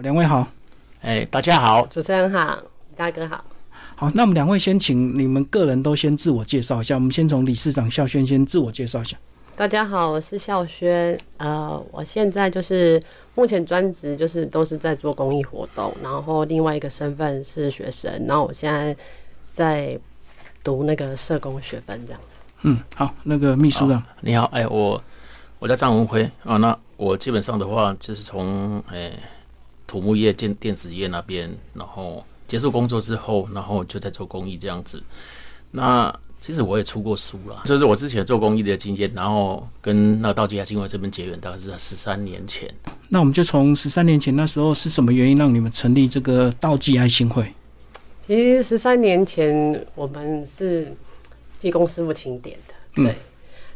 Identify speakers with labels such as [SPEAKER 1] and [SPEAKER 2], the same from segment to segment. [SPEAKER 1] 两位好，
[SPEAKER 2] 哎，大家好，
[SPEAKER 3] 主持人好，大哥好。
[SPEAKER 1] 好，那我们两位先请你们个人都先自我介绍一下。我们先从理事长孝轩先自我介绍一下。
[SPEAKER 3] 大家好，我是孝轩。呃，我现在就是目前专职就是都是在做公益活动，然后另外一个身份是学生，然后我现在在读那个社工学分这样子。
[SPEAKER 1] 嗯，好，那个秘书长，
[SPEAKER 2] 你好，哎，我我叫张文辉啊，那我基本上的话就是从哎土木业、电电子业那边，然后结束工作之后，然后就在做公益这样子。那其实我也出过书啦，就是我之前做公益的经验，然后跟那道吉亚金文这边结缘，大概是在十三年前。
[SPEAKER 1] 那我们就从十三年前那时候是什么原因让你们成立这个道济爱心会？
[SPEAKER 3] 其实十三年前我们是技工师傅请点的，对。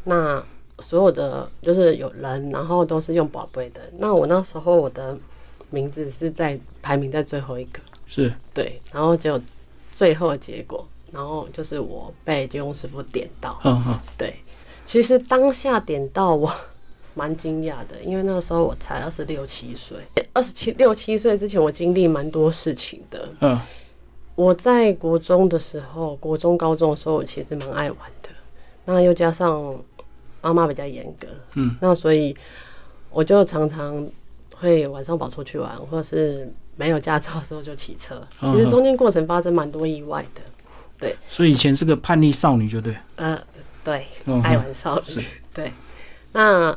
[SPEAKER 3] 那所有的就是有人，然后都是用宝贝的。那我那时候我的名字是在排名在最后一个。
[SPEAKER 1] 是
[SPEAKER 3] 对，然后就最后的结果，然后就是我被金庸师傅点到。
[SPEAKER 1] 嗯好，
[SPEAKER 3] 对，其实当下点到我 蛮惊讶的，因为那个时候我才二十六七岁，二十七六七岁之前我经历蛮多事情的。
[SPEAKER 1] 嗯，
[SPEAKER 3] 我在国中的时候，国中高中的时候，我其实蛮爱玩的。那又加上妈妈比较严格，
[SPEAKER 1] 嗯，
[SPEAKER 3] 那所以我就常常会晚上跑出去玩，或者是没有驾照的时候就骑车。
[SPEAKER 1] 嗯
[SPEAKER 3] 其实中间过程发生蛮多意外的，
[SPEAKER 1] 所以以前是个叛逆少女，就对。
[SPEAKER 3] 呃，对，
[SPEAKER 1] 嗯
[SPEAKER 3] 爱玩少女，对。那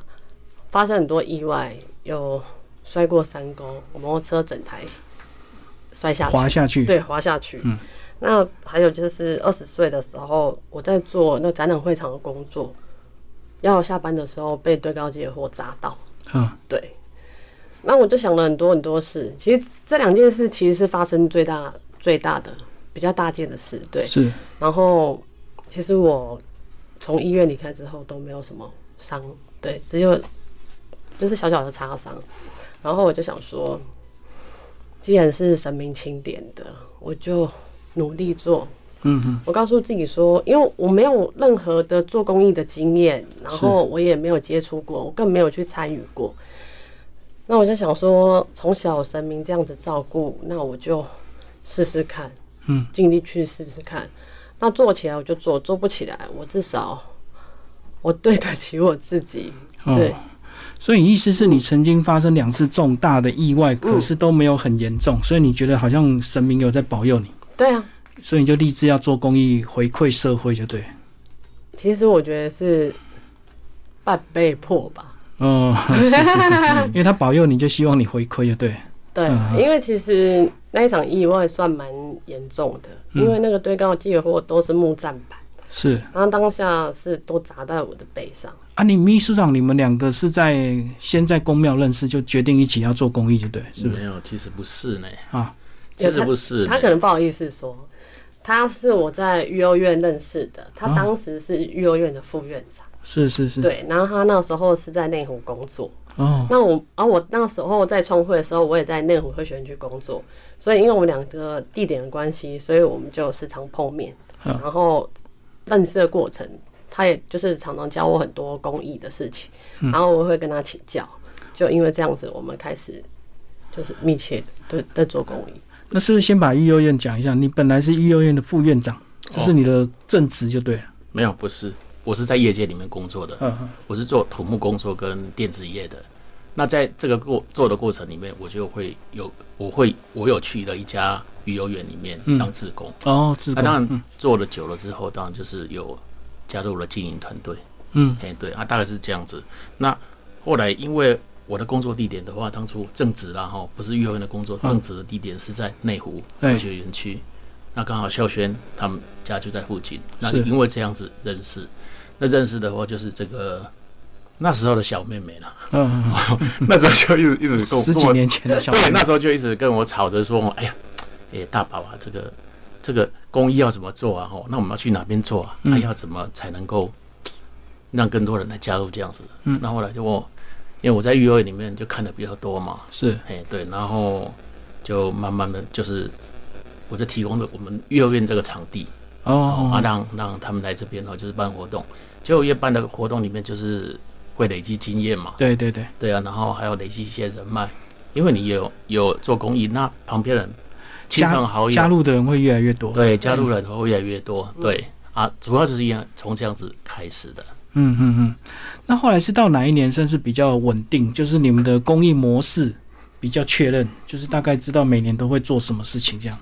[SPEAKER 3] 发生很多意外，有摔过山沟，我摩托车整台摔下去
[SPEAKER 1] 滑下去。，
[SPEAKER 3] 啊对，滑下去。
[SPEAKER 1] 嗯
[SPEAKER 3] 那还有就是二十岁的时候，我在做那展览会场的工作，要下班的时候被对高机的货砸到。
[SPEAKER 1] 嗯，
[SPEAKER 3] 对，那我就想了很多很多事。其实这两件事其实是发生最大最大的比较大件的事。对，
[SPEAKER 1] 是
[SPEAKER 3] 然后其实我从医院离开之后都没有什么伤，对，只有就是小小的擦伤。然后我就想说，既然是神明钦点的，我就努力做。
[SPEAKER 1] 嗯嗯，
[SPEAKER 3] 我告诉自己说，因为我没有任何的做公益的经验，然后我也没有接触过，我更没有去参与过。那我就想说，从小神明这样子照顾，那我就试试看，
[SPEAKER 1] 嗯，
[SPEAKER 3] 尽力去试试看。那做起来我就做，做不起来，我至少我对得起我自己。
[SPEAKER 1] 哦
[SPEAKER 3] 对，
[SPEAKER 1] 所以意思是你曾经发生两次重大的意外，
[SPEAKER 3] 嗯
[SPEAKER 1] 可是都没有很严重，所以你觉得好像神明有在保佑你，
[SPEAKER 3] 对啊，
[SPEAKER 1] 所以你就立志要做公益回馈社会，就对。
[SPEAKER 3] 其实我觉得是半被迫吧。
[SPEAKER 1] 哦，是是是，因为他保佑你，就希望你回馈，就对。
[SPEAKER 3] 对，
[SPEAKER 1] 嗯
[SPEAKER 3] 因为其实那一场意外算蛮严重的，
[SPEAKER 1] 嗯
[SPEAKER 3] 因为那个堆高机的货都是木栈板，
[SPEAKER 1] 是
[SPEAKER 3] 然后当下是都砸在我的背上。
[SPEAKER 1] 啊，你秘书长，你们两个是在先在公庙认识，就决定一起要做公益，就对，是不是
[SPEAKER 2] 没有，其实不是呢，
[SPEAKER 1] 啊？
[SPEAKER 2] 其实不是呢，
[SPEAKER 3] 他可能不好意思说，他是我在育幼院认识的，他
[SPEAKER 1] 啊
[SPEAKER 3] 当时是育幼院的副院长，
[SPEAKER 1] 是是是，
[SPEAKER 3] 对，然后他那时候是在内湖工作。
[SPEAKER 1] 哦，
[SPEAKER 3] 那我啊，我那时候在创会的时候，我也在内湖会选区工作，所以因为我们两个地点的关系，所以我们就时常碰面，
[SPEAKER 1] 嗯
[SPEAKER 3] 然后认识的过程，他也就是常常教我很多公益的事情，然后我会跟他请教，就因为这样子，我们开始就是密切对在做公益。
[SPEAKER 1] 那是不是先把育幼院讲一下？你本来是育幼院的副院长，这是你的正职就对了。
[SPEAKER 2] 没有，不是，我是在业界里面工作的，
[SPEAKER 1] 嗯嗯，
[SPEAKER 2] 我是做土木工作跟电子业的。那在这个过做的过程里面，我就会有，我会我有去了一家育幼园里面当志工。
[SPEAKER 1] 哦，自
[SPEAKER 2] 那、
[SPEAKER 1] 工，
[SPEAKER 2] 啊当然
[SPEAKER 1] 嗯
[SPEAKER 2] 做了久了之后，当然就是有加入了经营团队。
[SPEAKER 1] 嗯，
[SPEAKER 2] 哎，对啊，大概是这样子。那后来因为我的工作地点的话，当初正职啦哈，不是育幼园的工作，正职的地点是在内湖
[SPEAKER 1] 对
[SPEAKER 2] 科学园区。那刚好孝轩他们家就在附近，那
[SPEAKER 1] 是
[SPEAKER 2] 因为这样子认识，那认识的话就是这个那时候的小 妹妹啦，
[SPEAKER 1] 嗯嗯
[SPEAKER 2] 那时候就一直一直
[SPEAKER 1] 嗯，
[SPEAKER 2] 跟我
[SPEAKER 1] 十
[SPEAKER 2] 跟
[SPEAKER 1] 几
[SPEAKER 2] 我
[SPEAKER 1] 年前的小
[SPEAKER 2] 对，
[SPEAKER 1] 孩，
[SPEAKER 2] 那时候就一直跟我吵着说，哎呀，哎、大宝啊，这个这个公益要怎么做啊？哦，那我们要去哪边做啊？那、
[SPEAKER 1] 嗯
[SPEAKER 2] 要怎么才能够让更多人来加入这样子？
[SPEAKER 1] 嗯
[SPEAKER 2] 那后来就问我，因为我在育儿里面就看的比较多嘛，
[SPEAKER 1] 是
[SPEAKER 2] 哎、对，然后就慢慢的就是。我就提供了我们育幼院这个场地，哦，啊，
[SPEAKER 1] 哦，
[SPEAKER 2] 让让他们来这边哦，就是办活动。就业办的活动里面，就是会累积经验嘛，
[SPEAKER 1] 对对对，
[SPEAKER 2] 对啊，然后还有累积一些人脉，因为你有有做公益，那旁边人亲朋好
[SPEAKER 1] 加加
[SPEAKER 2] 友，
[SPEAKER 1] 入的人会越来越多。
[SPEAKER 2] 对，加入人会越来越多，对啊，主要就是因为从这样子开始的。
[SPEAKER 1] 嗯嗯嗯。那后来是到哪一年算是比较稳定？就是你们的公益模式比较确认，就是大概知道每年都会做什么事情这样。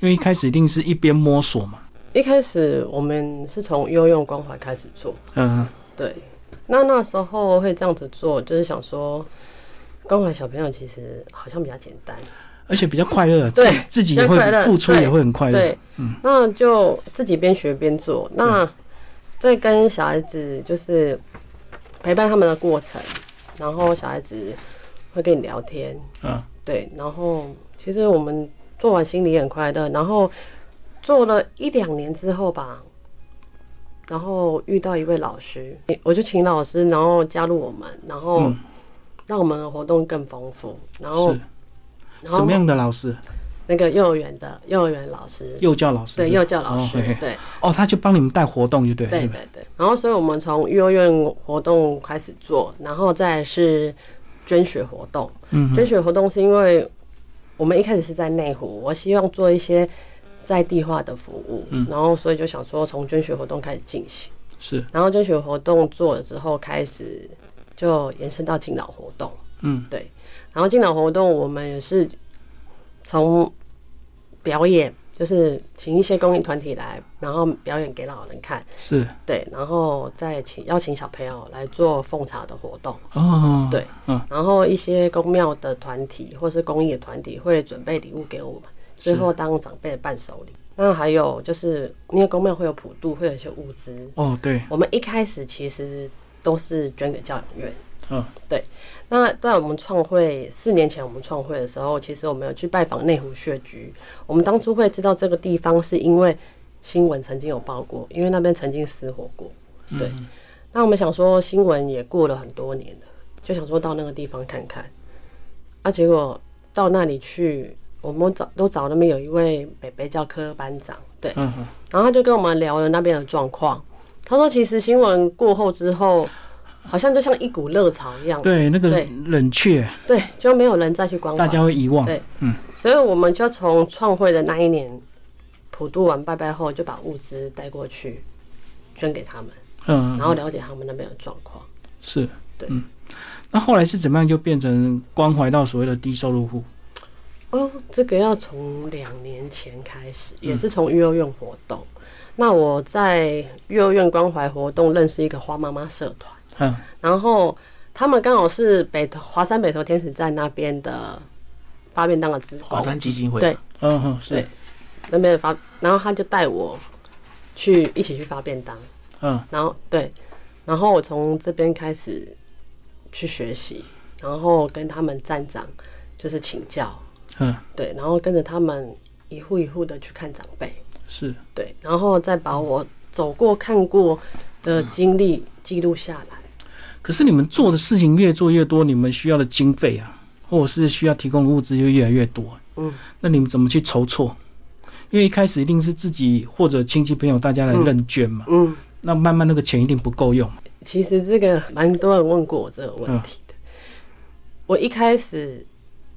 [SPEAKER 1] 因为一开始一定是一边摸索嘛。
[SPEAKER 3] 一开始我们是从悠用关怀开始做，
[SPEAKER 1] 嗯
[SPEAKER 3] 对，那那时候会这样子做，就是想说，关怀小朋友其实好像比较简单，
[SPEAKER 1] 而且比较快乐，
[SPEAKER 3] 对
[SPEAKER 1] 自自己
[SPEAKER 3] 比
[SPEAKER 1] 也
[SPEAKER 3] 较
[SPEAKER 1] 会
[SPEAKER 3] 快乐
[SPEAKER 1] 付出，
[SPEAKER 3] 对
[SPEAKER 1] 也会很快乐。
[SPEAKER 3] 对，那就自己边学边做。那在跟小孩子就是陪伴他们的过程，然后小孩子会跟你聊天，
[SPEAKER 1] 嗯，
[SPEAKER 3] 对，然后其实我们做完心里也很快乐，然后做了一两年之后吧，然后遇到一位老师，我就请老师，然后加入我们，然后
[SPEAKER 1] 嗯
[SPEAKER 3] 让我们的活动更丰富，然后
[SPEAKER 1] 是
[SPEAKER 3] 然
[SPEAKER 1] 什
[SPEAKER 3] 后
[SPEAKER 1] 么样的老师？
[SPEAKER 3] 那个幼儿园的幼儿园老师，
[SPEAKER 1] 幼教老师。
[SPEAKER 3] 对
[SPEAKER 1] 是吧
[SPEAKER 3] 幼教老师
[SPEAKER 1] 哦，嘿嘿
[SPEAKER 3] 对
[SPEAKER 1] 哦，他就帮你们带活动，就对了，
[SPEAKER 3] 对
[SPEAKER 1] 是吧
[SPEAKER 3] 对对，然后所以我们从幼儿园活动开始做，然后再是捐血活动。
[SPEAKER 1] 嗯哼
[SPEAKER 3] 捐血活动是因为我们一开始是在内湖，我希望做一些在地化的服务，
[SPEAKER 1] 嗯
[SPEAKER 3] 然后所以就想说从捐血活动开始进行，
[SPEAKER 1] 是，
[SPEAKER 3] 然后捐血活动做了之后，开始就延伸到敬老活动，
[SPEAKER 1] 嗯，
[SPEAKER 3] 对，然后敬老活动我们也是从表演，就是请一些公益团体来，然后表演给老人看，
[SPEAKER 1] 是
[SPEAKER 3] 对，然后再请邀请小朋友来做奉茶的活动。
[SPEAKER 1] 哦，
[SPEAKER 3] 对，
[SPEAKER 1] 嗯，
[SPEAKER 3] 然后一些公庙的团体或是公益的团体会准备礼物给我们，最后当长辈的伴手礼。那还有就是，因为公庙会有普渡，会有一些物资。
[SPEAKER 1] 哦，对，
[SPEAKER 3] 我们一开始其实都是捐给教养院。
[SPEAKER 1] 嗯，
[SPEAKER 3] 对。那在我们创会四年前，我们创会的时候，其实我们有去拜访内湖血局。我们当初会知道这个地方，是因为新闻曾经有报过，因为那边曾经失火过。对。
[SPEAKER 1] 嗯
[SPEAKER 3] 那我们想说，新闻也过了很多年了，就想说到那个地方看看。啊，结果到那里去，我们找都找那边有一位北北教科班长，对，
[SPEAKER 1] 嗯哼，
[SPEAKER 3] 然后他就跟我们聊了那边的状况。他说，其实新闻过后之后，好像就像一股热潮一样，
[SPEAKER 1] 对，那个
[SPEAKER 3] 对
[SPEAKER 1] 冷却，
[SPEAKER 3] 对，就没有人再去关
[SPEAKER 1] 大
[SPEAKER 3] 怀。
[SPEAKER 1] 家会遗忘，
[SPEAKER 3] 对所以我们就从创会的那一年，普渡完拜拜后，就把物资带过去捐给他们，
[SPEAKER 1] 嗯，
[SPEAKER 3] 然后了解他们那边的状况。
[SPEAKER 1] 是，
[SPEAKER 3] 对
[SPEAKER 1] 嗯，那后来是怎么样就变成关怀到所谓的低收入户？
[SPEAKER 3] 哦，这个要从两年前开始，也是从育幼院活动。那我在育幼院关怀活动认识一个花妈妈社团，
[SPEAKER 1] 嗯，
[SPEAKER 3] 然后他们刚好是北投华山北投天使站那边的发便当的职
[SPEAKER 2] 华
[SPEAKER 3] 工，
[SPEAKER 2] 山基金会，啊
[SPEAKER 3] 对
[SPEAKER 1] 嗯哼，是
[SPEAKER 3] 对，那边的发，然后他就带我去一起去发便当，
[SPEAKER 1] 嗯，
[SPEAKER 3] 然后对，然后我从这边开始去学习，然后跟他们站长就是请教，
[SPEAKER 1] 嗯，
[SPEAKER 3] 对，然后跟着他们一户一户的去看长辈，
[SPEAKER 1] 是，
[SPEAKER 3] 对，然后再把我走过看过的经历记录下来。
[SPEAKER 1] 可是你们做的事情越做越多，你们需要的经费啊，或者是需要提供的物资就越来越多。
[SPEAKER 3] 嗯，
[SPEAKER 1] 那你们怎么去筹措？因为一开始一定是自己或者亲戚朋友大家来认捐嘛，
[SPEAKER 3] 嗯，
[SPEAKER 1] 那慢慢那个钱一定不够用。
[SPEAKER 3] 其实这个蛮多人问过我这个问题的。我一开始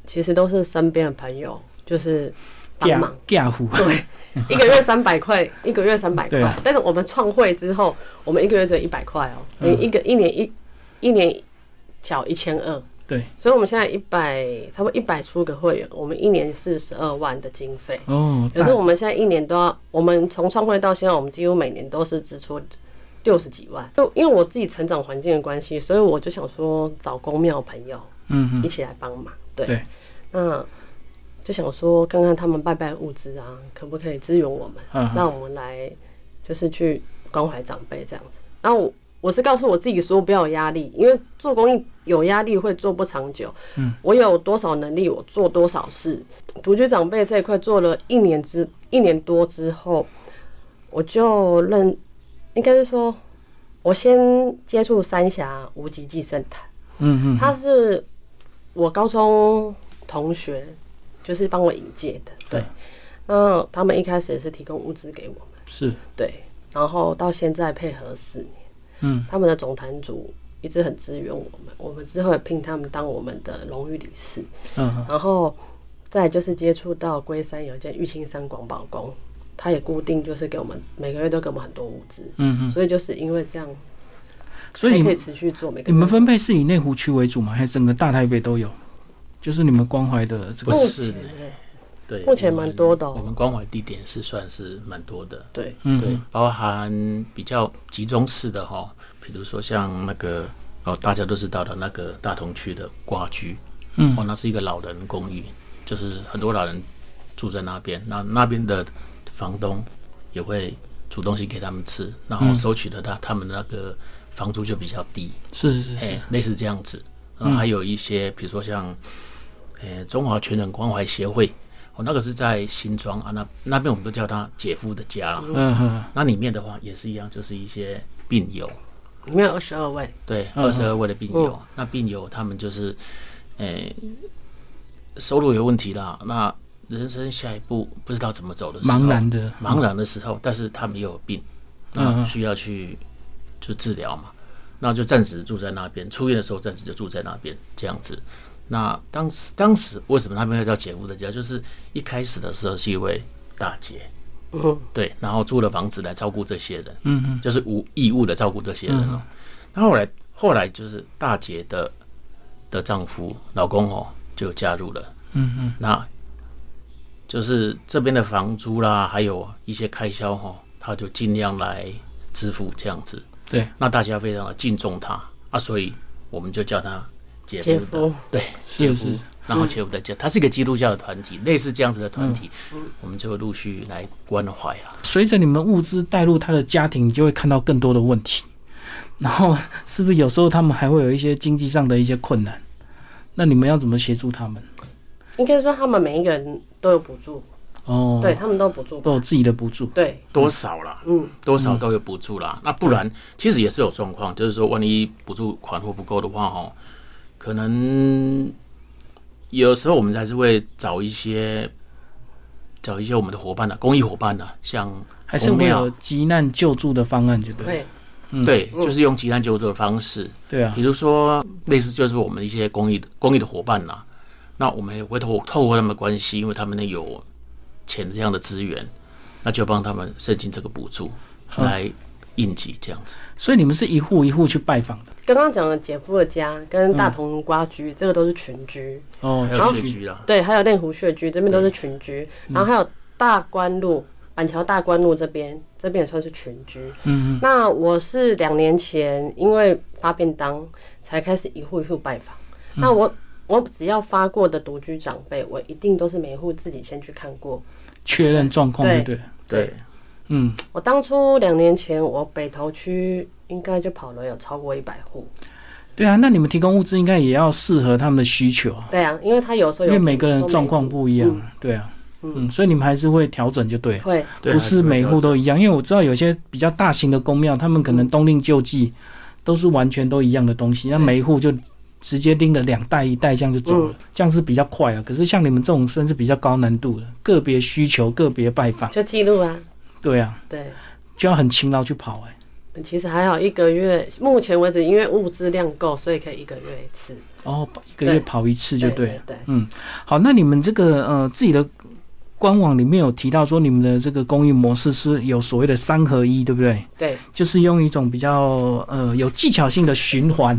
[SPEAKER 3] 其实都是身边的朋友，就是帮忙，
[SPEAKER 1] 嫁户，
[SPEAKER 3] 对，一个月三百块， 一个月三百
[SPEAKER 1] 对
[SPEAKER 3] 块
[SPEAKER 1] 啊。
[SPEAKER 3] 但是我们创会之后，我们一个月只有一百块哦，
[SPEAKER 1] 嗯
[SPEAKER 3] 你一个一年一一年缴一千二，
[SPEAKER 1] 对，
[SPEAKER 3] 所以我们现在一百，差不多一百出个会员，我们一年四十二万的经费。
[SPEAKER 1] 哦，
[SPEAKER 3] 可
[SPEAKER 1] 大
[SPEAKER 3] 是我们现在一年都要，我们从创会到现在，我们几乎每年都是支出六十几万。就因为我自己成长环境的关系，所以我就想说找公庙朋友
[SPEAKER 1] 嗯
[SPEAKER 3] 一
[SPEAKER 1] 嗯，
[SPEAKER 3] 起来帮忙。对，
[SPEAKER 1] 对
[SPEAKER 3] 那就想说看看他们拜拜物资啊，可不可以支援我们，
[SPEAKER 1] 嗯
[SPEAKER 3] 让我们来就是去关怀长辈这样子。然后我我是告诉我自己说不要有压力，因为做公益有压力会做不长久。
[SPEAKER 1] 嗯，
[SPEAKER 3] 我有多少能力，我做多少事。独居长辈这一块做了一年之一年多之后，我就认，应该是说，我先接触三峡无极寄生坛。
[SPEAKER 1] 嗯嗯，
[SPEAKER 3] 他是我高中同学，就是帮我引荐的。对，那他们一开始也是提供物资给我们，
[SPEAKER 1] 是，
[SPEAKER 3] 对，然后到现在配合四年，
[SPEAKER 1] 嗯，
[SPEAKER 3] 他们的总坛主一直很支援我们，我们之后也聘他们当我们的荣誉理事。
[SPEAKER 1] 嗯哼，
[SPEAKER 3] 然后再来就是接触到龟山有一间玉清山广保宫，他也固定就是给我们每个月都给我们很多物资，
[SPEAKER 1] 嗯哼，
[SPEAKER 3] 所以就是因为这样，
[SPEAKER 1] 所以你
[SPEAKER 3] 才可以
[SPEAKER 1] 们
[SPEAKER 3] 持续做每个
[SPEAKER 1] 你们
[SPEAKER 3] 月
[SPEAKER 1] 分配是以内湖区为主吗？还是整个大台北都有？就是你们关怀的这
[SPEAKER 2] 不
[SPEAKER 1] 个
[SPEAKER 3] 目
[SPEAKER 2] 是
[SPEAKER 3] 前
[SPEAKER 2] 呢对，
[SPEAKER 3] 目前
[SPEAKER 2] 我们
[SPEAKER 3] 蛮多的哦
[SPEAKER 2] 我们关怀地点是算是蛮多的，
[SPEAKER 3] 对
[SPEAKER 1] 嗯
[SPEAKER 2] 对
[SPEAKER 1] 哼，
[SPEAKER 2] 包含比较集中式的哈，比如说像那个哦，大家都知道的那个大同区的瓜居，
[SPEAKER 1] 嗯
[SPEAKER 2] 哦，那是一个老人公寓，就是很多老人住在那边，那那边的房东也会煮东西给他们吃，然
[SPEAKER 1] 嗯
[SPEAKER 2] 后收取的他他们那个房租就比较低，
[SPEAKER 1] 是是嗯
[SPEAKER 2] 哎、
[SPEAKER 1] 是，
[SPEAKER 2] 类似这样子。然后还有一些，比如说像，呃、中华全人关怀协会，我、哦、那个是在新庄啊，那那边我们都叫它姐夫的家啦。
[SPEAKER 1] 嗯哼，
[SPEAKER 2] 那里面的话也是一样，就是一些病友，
[SPEAKER 3] 里面有二十二位，
[SPEAKER 2] 对，
[SPEAKER 1] 嗯
[SPEAKER 2] 二十二位的病友，那病友他们就是，诶、收入有问题啦，那人生下一步不知道怎么走的时候，
[SPEAKER 1] 茫然的，
[SPEAKER 2] 茫然的时候，但是他们也有病，
[SPEAKER 1] 嗯
[SPEAKER 2] 那
[SPEAKER 1] 嗯
[SPEAKER 2] 需要去就治疗嘛，那就暂时住在那边，出院的时候暂时就住在那边这样子。那当时当时为什么他们要叫姐夫的家？就是一开始的时候是一位大姐，
[SPEAKER 3] 嗯，
[SPEAKER 2] 对，然后租了房子来照顾这些人，
[SPEAKER 1] 嗯哼，
[SPEAKER 2] 就是无义务的照顾这些人
[SPEAKER 1] 嗯
[SPEAKER 2] 哦。那后来后来就是大姐的的丈夫老公哦就加入了，
[SPEAKER 1] 嗯哼，
[SPEAKER 2] 那就是这边的房租啦，还有一些开销哦，他就尽量来支付这样子。
[SPEAKER 1] 对，
[SPEAKER 2] 那大家非常的敬重他啊，所以我们就叫他姐
[SPEAKER 3] 姐
[SPEAKER 2] 夫的
[SPEAKER 3] 夫，
[SPEAKER 2] 对，
[SPEAKER 1] 是
[SPEAKER 2] 夫
[SPEAKER 1] 是，
[SPEAKER 2] 然后且我们的家，它是一个基督教的团体，类似这样子的团体，
[SPEAKER 1] 嗯
[SPEAKER 2] 我们就陆续来关怀啊。
[SPEAKER 1] 随着你们物资带入他的家庭，你就会看到更多的问题。然后， 是不是有时候他们还会有一些经济上的一些困难？那你们要怎么协助他们？
[SPEAKER 3] 应该说他们每一个人都有补助，
[SPEAKER 1] 哦，
[SPEAKER 3] 对，他们都有补助，
[SPEAKER 1] 都有自己的补助。
[SPEAKER 3] 对，
[SPEAKER 2] 多少啦，嗯，多少都有补助啦。那不然其实也是有状况，就是说万一补助款或不够的话，哦，可能有时候我们还是会找一些找一些我们的伙伴呢、公益伙伴呢、啊像
[SPEAKER 1] 还是
[SPEAKER 2] 公
[SPEAKER 1] 会
[SPEAKER 2] 庙
[SPEAKER 1] 有，急难救助的方案，就对了。
[SPEAKER 3] 会，
[SPEAKER 2] 对，就是用急难救助的方式，
[SPEAKER 1] 对啊
[SPEAKER 2] 比，如说类似就是我们一些公益的公益的伙伴啦、啊那我们也会透透过他们的关系，因为他们有钱这样的资源，那就帮他们申请这个补助来应急这样子。
[SPEAKER 1] 所以你们是一户一户去拜访的。
[SPEAKER 3] 刚刚讲的姐夫的家
[SPEAKER 1] 嗯
[SPEAKER 3] 跟大同瓜居，这个都是群居，
[SPEAKER 1] 哦，
[SPEAKER 2] 还有
[SPEAKER 3] 后
[SPEAKER 2] 血局啦，
[SPEAKER 3] 对，还有内湖穴居这边都是群居，
[SPEAKER 1] 嗯
[SPEAKER 3] 然后还有大关路。板桥大关路这边，这边也算是群居。
[SPEAKER 1] 嗯
[SPEAKER 3] 嗯，那我是两年前因为发便当才开始一户一户拜访。
[SPEAKER 1] 嗯
[SPEAKER 3] 那我我只要发过的独居长辈，我一定都是每户自己先去看过。
[SPEAKER 1] 确认状况，对
[SPEAKER 3] 对
[SPEAKER 1] 不对？
[SPEAKER 2] 对，
[SPEAKER 1] 嗯，
[SPEAKER 3] 我当初两年前，我北投区应该就跑了有超过一百户。
[SPEAKER 1] 对啊。那你们提供物资应该也要适合他们的需求啊，
[SPEAKER 3] 对啊，因为他有时候
[SPEAKER 1] 因为
[SPEAKER 3] 有
[SPEAKER 1] 每个人
[SPEAKER 3] 收
[SPEAKER 1] 状况
[SPEAKER 3] 没
[SPEAKER 1] 不一样啊，对啊。嗯，所以你们还是会调整就对了
[SPEAKER 3] 足。会，
[SPEAKER 2] 对啊
[SPEAKER 1] 不
[SPEAKER 2] 还会
[SPEAKER 1] 是每
[SPEAKER 2] 有
[SPEAKER 1] 户都一样，因为我知道有些比较大型的公庙，他们可能冬令救济都是完全都一样的东西，那每一户就直接拎了两袋一袋这样就
[SPEAKER 3] 嗯
[SPEAKER 1] 走了，这样是比较快啊。可是像你们这种甚至比较高难度的，个别需求、个别拜访，
[SPEAKER 3] 就记录啊。
[SPEAKER 1] 对啊，
[SPEAKER 3] 对，
[SPEAKER 1] 就要很勤劳去跑哎、
[SPEAKER 3] 其实还好，一个月目前为止，因为物资量够，所以可以一个月一次。
[SPEAKER 1] 哦，一个月
[SPEAKER 3] 对
[SPEAKER 1] 跑一次就对
[SPEAKER 3] 对
[SPEAKER 1] 了。
[SPEAKER 3] 对，
[SPEAKER 1] 嗯，好，那你们这个呃自己的官网里面有提到说，你们的这个公益模式是有所谓的三合一，对不对？
[SPEAKER 3] 对，
[SPEAKER 1] 就是用一种比较呃有技巧性的循环，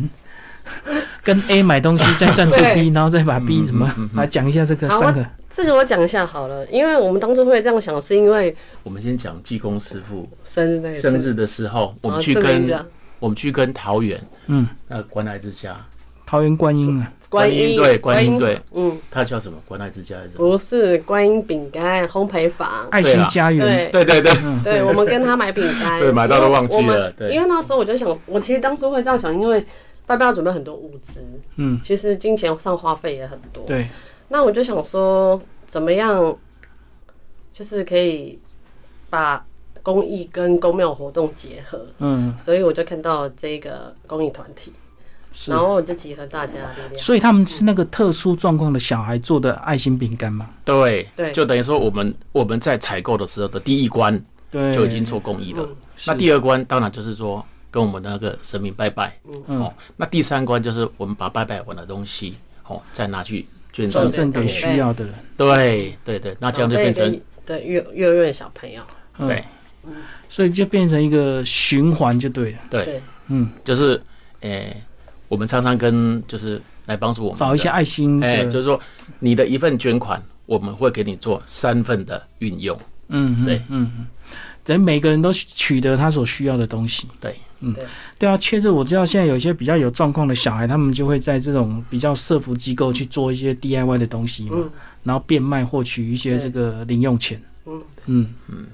[SPEAKER 1] 跟 A 买东西，再赞助 B，
[SPEAKER 3] 对
[SPEAKER 1] 然后再把
[SPEAKER 2] 嗯
[SPEAKER 1] B 怎么来讲一下这个
[SPEAKER 3] 好
[SPEAKER 1] 三个
[SPEAKER 3] 这个我讲一下好了，因为我们当初会这样想，是因为
[SPEAKER 2] 我们先讲济公师傅
[SPEAKER 3] 生日那一次
[SPEAKER 2] 生日的时候，我们
[SPEAKER 3] 然后
[SPEAKER 2] 去
[SPEAKER 3] 啊这边
[SPEAKER 2] 跟
[SPEAKER 3] 讲
[SPEAKER 2] 我们去跟桃园，
[SPEAKER 1] 嗯，
[SPEAKER 2] 那关爱之家，
[SPEAKER 1] 桃园观音啊，
[SPEAKER 3] 观音
[SPEAKER 2] 对观音，对，
[SPEAKER 3] 嗯，
[SPEAKER 2] 它叫什么？关爱之家还是什么？
[SPEAKER 3] 不是观音饼干烘焙坊，
[SPEAKER 1] 爱心家园，
[SPEAKER 3] 对
[SPEAKER 2] 哎对对对，
[SPEAKER 1] 嗯
[SPEAKER 3] 对，我们跟他买饼 干，
[SPEAKER 2] 对买到都忘记了
[SPEAKER 3] 因为我们
[SPEAKER 2] 对
[SPEAKER 3] 因为那时候我就想，我其实当初会这样想，因为爸爸要准备很多物资，
[SPEAKER 1] 嗯，
[SPEAKER 3] 其实金钱上花费也很多。
[SPEAKER 1] 对，
[SPEAKER 3] 那我就想说，怎么样，就是可以把公益跟公庙活动结合，
[SPEAKER 1] 嗯，
[SPEAKER 3] 所以我就看到这个公益团体，
[SPEAKER 1] 是
[SPEAKER 3] 然。后我就集合大家的力量。
[SPEAKER 1] 所以他们是那个特殊状况的小孩做的爱心饼干嘛？
[SPEAKER 2] 对
[SPEAKER 3] 对
[SPEAKER 2] 就等于说我们我们在采购的时候的第一关
[SPEAKER 1] 对，
[SPEAKER 2] 就已经做公益了
[SPEAKER 3] 嗯，
[SPEAKER 2] 那第二关当然就是说跟我们那个神明拜拜，
[SPEAKER 1] 嗯
[SPEAKER 2] 哦，那第三关就是我们把拜拜完的东西，哦，再拿去捐
[SPEAKER 3] 送
[SPEAKER 1] 捐
[SPEAKER 2] 赠，
[SPEAKER 1] 赠给需要的人。
[SPEAKER 2] 对对对，那这样就变
[SPEAKER 3] 长辈
[SPEAKER 2] 成
[SPEAKER 3] 跟对幼幼儿园小朋友，
[SPEAKER 1] 嗯
[SPEAKER 2] 对，
[SPEAKER 1] 所以就变成一个循环就对了。
[SPEAKER 2] 对，
[SPEAKER 3] 对
[SPEAKER 1] 嗯，
[SPEAKER 2] 就是诶、我们常常跟就是来帮助我们
[SPEAKER 1] 找一
[SPEAKER 2] 哦的
[SPEAKER 1] 些爱心的，
[SPEAKER 2] 哎、就是说你的一份捐款，我们会给你做三份的运用。
[SPEAKER 1] 嗯，嗯
[SPEAKER 2] 对，
[SPEAKER 1] 嗯，嗯等每个人都取得他所需要的东西。
[SPEAKER 2] 对，
[SPEAKER 1] 嗯
[SPEAKER 3] 对，
[SPEAKER 1] 对啊，确实我知道现在有一些比较有状况的小孩，他们就会在这种比较社服机构去做一些 DIY 的东西嘛，
[SPEAKER 3] 嗯
[SPEAKER 1] 然后变卖获取一些这
[SPEAKER 3] 对
[SPEAKER 1] 个零用钱。
[SPEAKER 3] 嗯
[SPEAKER 1] 嗯嗯，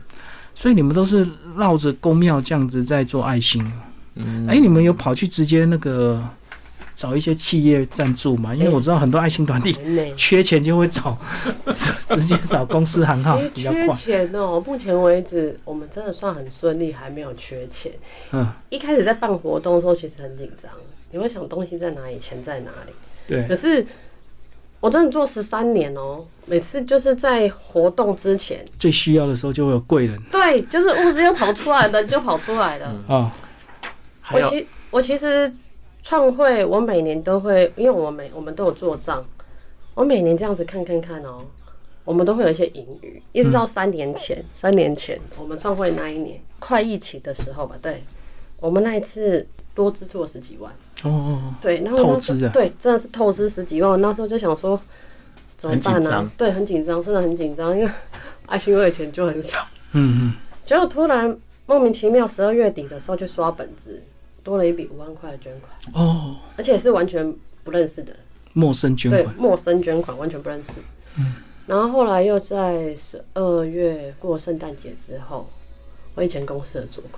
[SPEAKER 1] 所以你们都是绕着公庙这样子在做爱心。
[SPEAKER 2] 嗯，
[SPEAKER 1] 哎、你们有跑去直接那个找一些企业赞助吗？因为
[SPEAKER 3] 哎
[SPEAKER 1] 我知道很多爱心团体
[SPEAKER 3] 很美。
[SPEAKER 1] 缺钱就会找 直接找公司行号
[SPEAKER 3] 因为
[SPEAKER 1] 啊比较
[SPEAKER 3] 哎缺
[SPEAKER 1] 快。
[SPEAKER 3] 钱哦，目前为止我们真的算很顺利，还没有缺钱。
[SPEAKER 1] 嗯，
[SPEAKER 3] 一开始在办活动的时候，其实很紧张，你会想东西在哪里，钱在哪里。
[SPEAKER 1] 对
[SPEAKER 3] 可，是我真的做十三年哦，每次就是在活动之前，
[SPEAKER 1] 最需要的时候就会有贵人
[SPEAKER 3] 对，就是物资又跑出来了，就跑出来了。
[SPEAKER 1] 啊、
[SPEAKER 2] 还
[SPEAKER 3] 我
[SPEAKER 2] 有
[SPEAKER 3] 其我其实创会，我每年都会，因为我每我们都有做账，我每年这样子看看看哦，我们都会有一些盈余，一直到三年前，三年前我们创会那一年，快疫情的时候吧，对，我们那一次多支出了十几万，
[SPEAKER 1] 哦哦，
[SPEAKER 3] 对，然后我那时
[SPEAKER 1] 透
[SPEAKER 3] 候
[SPEAKER 1] 支啊
[SPEAKER 3] 对，真的是透支十几万，我那时候就想说怎么办
[SPEAKER 2] 很紧
[SPEAKER 3] 呢、
[SPEAKER 2] 张
[SPEAKER 3] 对，很紧张，真的很紧张，因为爱心我的钱就很少。
[SPEAKER 1] 嗯
[SPEAKER 3] 结果突然莫名其妙，十二月底的时候就刷本子，多了一笔五万块的捐款，
[SPEAKER 1] 嗯，哦，
[SPEAKER 3] 而且是完全不认识的人，
[SPEAKER 1] 陌生捐
[SPEAKER 3] 对，
[SPEAKER 1] 款，嗯
[SPEAKER 3] 陌生捐款，完全不认识。然后后来又在十二月过圣诞节之后，我以前公司的主管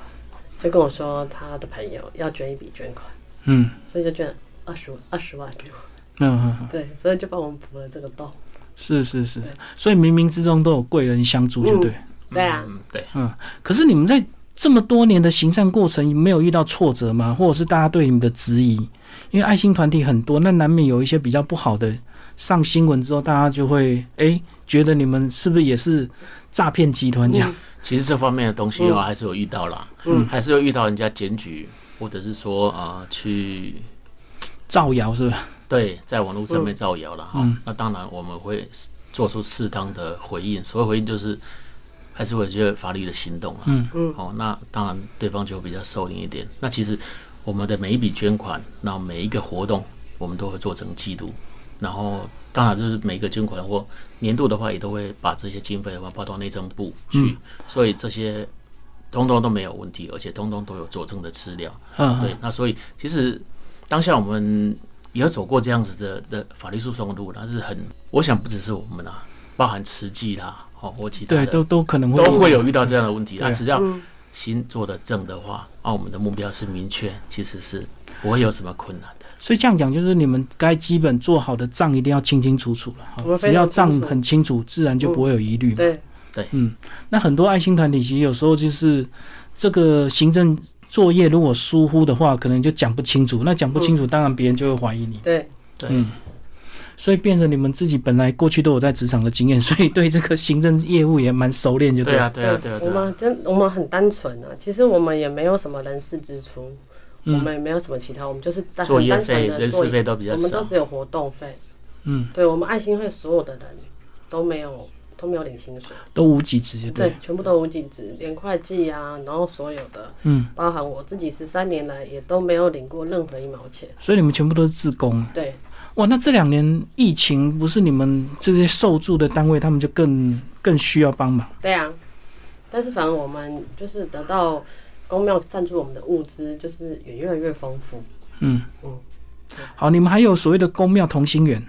[SPEAKER 3] 就跟我说，他的朋友要捐一笔捐款，
[SPEAKER 1] 嗯
[SPEAKER 3] 所以就捐二十二十万给我，
[SPEAKER 1] 嗯嗯，嗯
[SPEAKER 3] 对，所以就帮我们补了这个洞。
[SPEAKER 1] 是是是
[SPEAKER 3] 对，
[SPEAKER 1] 所以冥冥之中都有贵人相助，就对。
[SPEAKER 3] 对啊，
[SPEAKER 2] 嗯，对，
[SPEAKER 1] 可是你们在这么多年的行善过程，没有遇到挫折吗？或者是大家对你们的质疑？因为爱心团体很多，那难免有一些比较不好的上新闻之后，大家就会哎、觉得你们是不是也是诈骗集团
[SPEAKER 3] 嗯
[SPEAKER 1] 这样？
[SPEAKER 2] 其实这方面的东西啊，还是有遇到啦，嗯，还是有遇到人家检举，或者是说啊、呃去
[SPEAKER 1] 造谣是吧？
[SPEAKER 2] 对，在网络上面造谣了哈。那当然我们会做出适当的回应，所谓回应就是还是会有一些法律的行动了。
[SPEAKER 1] 嗯
[SPEAKER 2] 嗯，哦，那当然对方就比较收敛一点。那其实我们的每一笔捐款，那每一个活动，我们都会做成记录，然后。当然，就是每一个捐款或年度的话，也都会把这些经费的话报到内政部去，所以这些通通都没有问题，而且通通都有佐证的资料。
[SPEAKER 1] 嗯，
[SPEAKER 2] 对，那所以其实当下我们也有走过这样子的的法律诉讼的路，但是很，我想不只是我们啊，包含慈济啦，哦，或其他
[SPEAKER 1] 对，
[SPEAKER 2] 的
[SPEAKER 1] 都都可能会
[SPEAKER 2] 都会有遇到这样的问题。
[SPEAKER 1] 对
[SPEAKER 2] 啊，只要
[SPEAKER 3] 嗯
[SPEAKER 2] 心做得正的话，啊，我们的目标是明确，其实是不会有什么困难的。
[SPEAKER 1] 所以这样讲，就是你们该基本做好的账一定要清清楚楚了。
[SPEAKER 3] 我
[SPEAKER 1] 哈
[SPEAKER 3] 们
[SPEAKER 1] 只
[SPEAKER 3] 非
[SPEAKER 1] 要
[SPEAKER 3] 常
[SPEAKER 1] 账
[SPEAKER 3] 清楚
[SPEAKER 1] 很清楚，自然就不会有疑虑嘛。
[SPEAKER 3] 对，
[SPEAKER 1] 那很多爱心团体其实有时候就是这个行政作业如果疏忽的话，可能就讲不清楚。那讲不清楚，
[SPEAKER 3] 嗯
[SPEAKER 1] 当然别人就会怀疑你。
[SPEAKER 3] 对，
[SPEAKER 2] 对，
[SPEAKER 1] 嗯所以变成你们自己本来过去都有在职场的经验，所以对这个行政业务也蛮熟练，就
[SPEAKER 2] 对
[SPEAKER 1] 了。
[SPEAKER 2] 啊，对啊，对啊，对
[SPEAKER 3] 我
[SPEAKER 2] 啊，
[SPEAKER 3] 们真我们很单纯啊，其实我们也没有什么人事支出，
[SPEAKER 1] 嗯
[SPEAKER 3] 我们也没有什么其他，我们就是单
[SPEAKER 2] 作
[SPEAKER 3] 很
[SPEAKER 2] 业
[SPEAKER 3] 单
[SPEAKER 2] 费、
[SPEAKER 3] 纯
[SPEAKER 2] 人
[SPEAKER 3] 的
[SPEAKER 2] 事
[SPEAKER 3] 做，
[SPEAKER 2] 费都比较
[SPEAKER 3] 我们都
[SPEAKER 2] 少。
[SPEAKER 3] 只有活动费。
[SPEAKER 1] 嗯，
[SPEAKER 3] 对我们爱心会所有的人都没有都没有领薪水，
[SPEAKER 1] 都无极职就对。
[SPEAKER 3] 对，全部都无薪职，连会计啊，然后所有的，
[SPEAKER 1] 嗯，
[SPEAKER 3] 包含我自己十三年来也都没有领过任何一毛钱。
[SPEAKER 1] 所以你们全部都是自工。
[SPEAKER 3] 对，
[SPEAKER 1] 哇，那这两年疫情，不是你们这些受助的单位，他们就更更需要帮忙。
[SPEAKER 3] 对啊，但是反正我们就是得到公庙赞助我们的物资，就是也越来越丰富。
[SPEAKER 1] 嗯
[SPEAKER 3] 嗯
[SPEAKER 1] 好，你们还有所谓的公庙同心圆，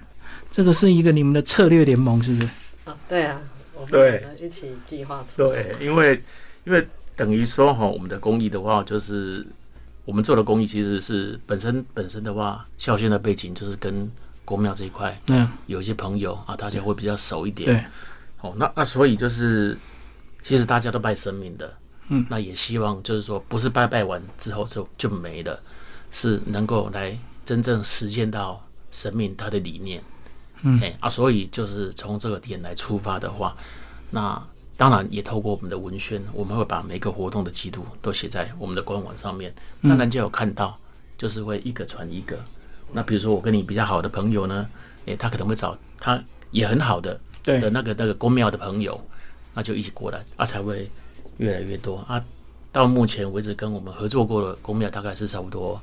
[SPEAKER 1] 这个是一个你们的策略联盟，是不是？
[SPEAKER 3] 啊，对啊，我们
[SPEAKER 2] 对
[SPEAKER 3] 两个一起计划出来。
[SPEAKER 2] 对，因为因为等于说哈，我们的公益的话，就是我们做的公益其实是本身本身的话，孝宣的背景就是跟公庙这一块
[SPEAKER 1] 嗯，
[SPEAKER 2] 有一些朋友啊，大家会比较熟一点。
[SPEAKER 1] 对，
[SPEAKER 2] 哦，那那所以就是，其实大家都拜神明的，
[SPEAKER 1] 嗯，
[SPEAKER 2] 那也希望就是说，不是拜拜完之后就就没了，是能够来真正实现到神明他的理念，
[SPEAKER 1] 嗯
[SPEAKER 2] 哎啊，所以就是从这个点来出发的话，那当然也透过我们的文宣，我们会把每个活动的记录都写在我们的官网上面，
[SPEAKER 1] 嗯
[SPEAKER 2] 那人家有看到，就是会一个传一个。那比如说我跟你比较好的朋友呢，诶、他可能会找他也很好的
[SPEAKER 1] 对
[SPEAKER 2] 的那个那个公庙的朋友，那就一起过来，啊才会越来越多啊。到目前为止，跟我们合作过的公庙大概是差不多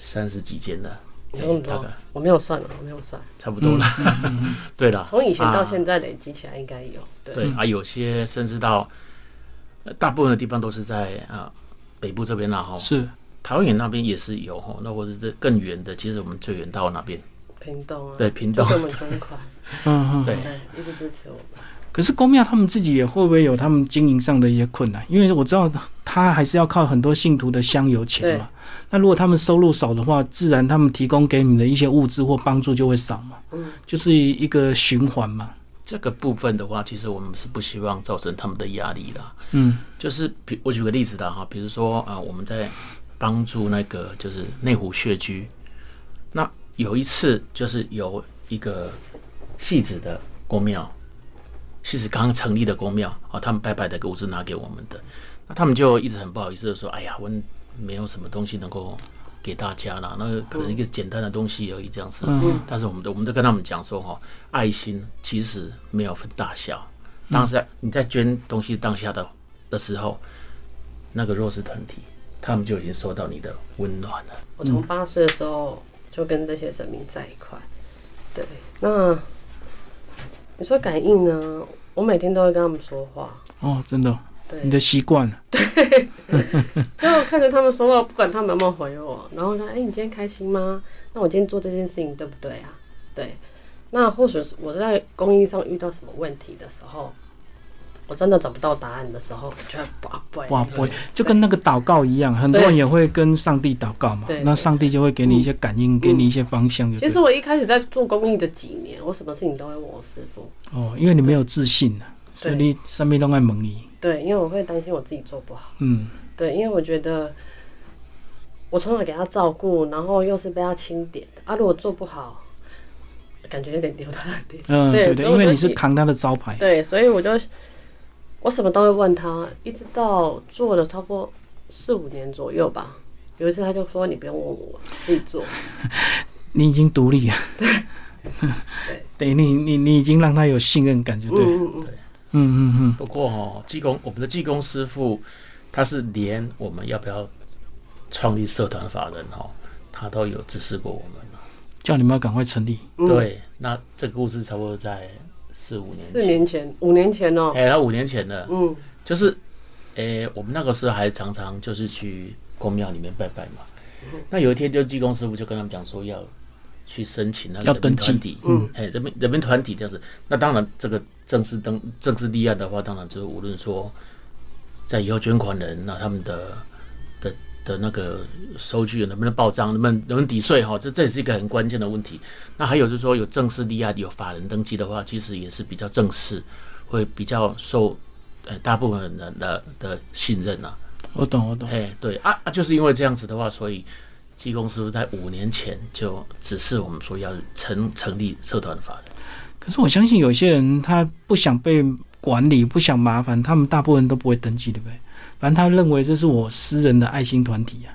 [SPEAKER 2] 三十几间了，哎
[SPEAKER 3] 有那么
[SPEAKER 2] 大
[SPEAKER 3] 多
[SPEAKER 2] 概，
[SPEAKER 3] 我没有算啊了，我没有算，
[SPEAKER 2] 差不多了。 对了，
[SPEAKER 3] 从以前到
[SPEAKER 2] 啊
[SPEAKER 3] 现在累积起来应该有，对，
[SPEAKER 2] 对啊，有些甚至到、呃大部分的地方都是在啊北部这边啦哈，
[SPEAKER 1] 是
[SPEAKER 2] 桃园那边也是有哈，那或者是更远的，其实我们最远到哪边？
[SPEAKER 3] 屏东啊，
[SPEAKER 2] 对屏东
[SPEAKER 3] 就给我们捐款，
[SPEAKER 1] 嗯嗯。
[SPEAKER 2] 对
[SPEAKER 3] 对，一直支持我们，
[SPEAKER 1] 可是公庙他们自己也会不会有他们经营上的一些困难？因为我知道他还是要靠很多信徒的香油钱嘛。那如果他们收入少的话，自然他们提供给你的一些物资或帮助就会少嘛，
[SPEAKER 3] 嗯，
[SPEAKER 1] 就是一个循环嘛。
[SPEAKER 2] 这个部分的话，其实我们是不希望造成他们的压力啦。
[SPEAKER 1] 嗯，
[SPEAKER 2] 就是比我举个例子的哈，比如说啊、呃我们在帮助那个就是内湖穴居，那有一次就是有一个戏子的公庙，戏子刚成立的公庙，哦，他们白白的物资拿给我们的，那他们就一直很不好意思的说，哎呀，我们没有什么东西能够。给大家啦，那个可能一个简单的东西而已，这样子。
[SPEAKER 1] 嗯
[SPEAKER 2] 但是我们都我们都跟他们讲说，哈，爱心其实没有分大小。当时啊你在捐东西当下的的时候，那个弱势团体，他们就已经受到你的温暖了。
[SPEAKER 3] 我从八岁的时候就跟这些神明在一块。对，那你说感应呢？我每天都会跟他们说话，
[SPEAKER 1] 哦，真的哦，
[SPEAKER 3] 对，
[SPEAKER 1] 你的习惯了。
[SPEAKER 3] 就看着他们说话，不管他们有没有回我，然后呢，哎、你今天开心吗？那我今天做这件事情对不对啊？对，那或许是我是在公益上遇到什么问题的时候，我真的找不到答案的时候，我就会哇不
[SPEAKER 1] 哇，不会，就跟那个祷告一样，很多人也会跟上帝祷告嘛
[SPEAKER 3] 对。嗯
[SPEAKER 1] 那上帝就会给你一些感应，给你一些方向就
[SPEAKER 3] 其
[SPEAKER 1] 对了。
[SPEAKER 3] 实我一开始在做公益的几年，我什么事情都会问我师傅，
[SPEAKER 1] 哦，因为你没有自信啊，所以
[SPEAKER 3] 对
[SPEAKER 1] 你上面都爱蒙你。
[SPEAKER 3] 对，因为我会担心我自己做不好。
[SPEAKER 1] 嗯，
[SPEAKER 3] 对，因为我觉得我从小给他照顾，然后又是被他钦点的啊，如果做不好，感觉有点丢他的脸。
[SPEAKER 1] 嗯，
[SPEAKER 3] 对
[SPEAKER 1] 对
[SPEAKER 3] 所
[SPEAKER 1] 对，
[SPEAKER 3] 以我
[SPEAKER 1] 因为
[SPEAKER 3] 就
[SPEAKER 1] 你是
[SPEAKER 3] 喜
[SPEAKER 1] 扛他的招牌。
[SPEAKER 3] 对，所以我就我什么都会问他，一直到做了差不多四五年左右吧。有一次他就说：“你不用问我，自己做。
[SPEAKER 1] 你已经独立了，
[SPEAKER 3] 对
[SPEAKER 1] 对，你你你已经让他有信任感，就
[SPEAKER 3] 嗯”
[SPEAKER 1] 对，嗯
[SPEAKER 3] 嗯嗯
[SPEAKER 1] 嗯嗯，
[SPEAKER 2] 不过哦，技工我们的技工师傅，他是连我们要不要创立社团法人哦，他都有指示过我们哦。
[SPEAKER 1] 叫你们要赶快成立，
[SPEAKER 3] 嗯，
[SPEAKER 2] 对，那这个故事差不多在四五年
[SPEAKER 3] 四
[SPEAKER 2] 前，
[SPEAKER 3] 年前、五年前哦、
[SPEAKER 2] 哎，他五年前了。
[SPEAKER 3] 嗯，
[SPEAKER 2] 就是，诶、我们那个时候还常常就是去公庙里面拜拜嘛。那有一天，就济公师傅就跟他们讲说要去申请那个
[SPEAKER 1] 要
[SPEAKER 2] 人民
[SPEAKER 1] 登记
[SPEAKER 2] 团体，嗯，哎、人民人民团体这样子。那当然，这个正式登正式立案啊的话，当然就是无论说在以后捐款人那他们的的的那个收据能不能报账，能不能能不能抵税哈，这这也是一个很关键的问题。那还有就是说，有正式立案、有法人登记的话，其实也是比较正式，会比较受呃大部分人的的信任啊。
[SPEAKER 1] 我懂我懂，
[SPEAKER 2] 哎，对啊啊，就是因为这样子的话，所以技工师傅在五年前就指示我们说要成成立社团法人。
[SPEAKER 1] 可是我相信有些人他不想被管理，不想麻烦，他们大部分都不会登记，对不对？反正他认为这是我私人的爱心团体啊。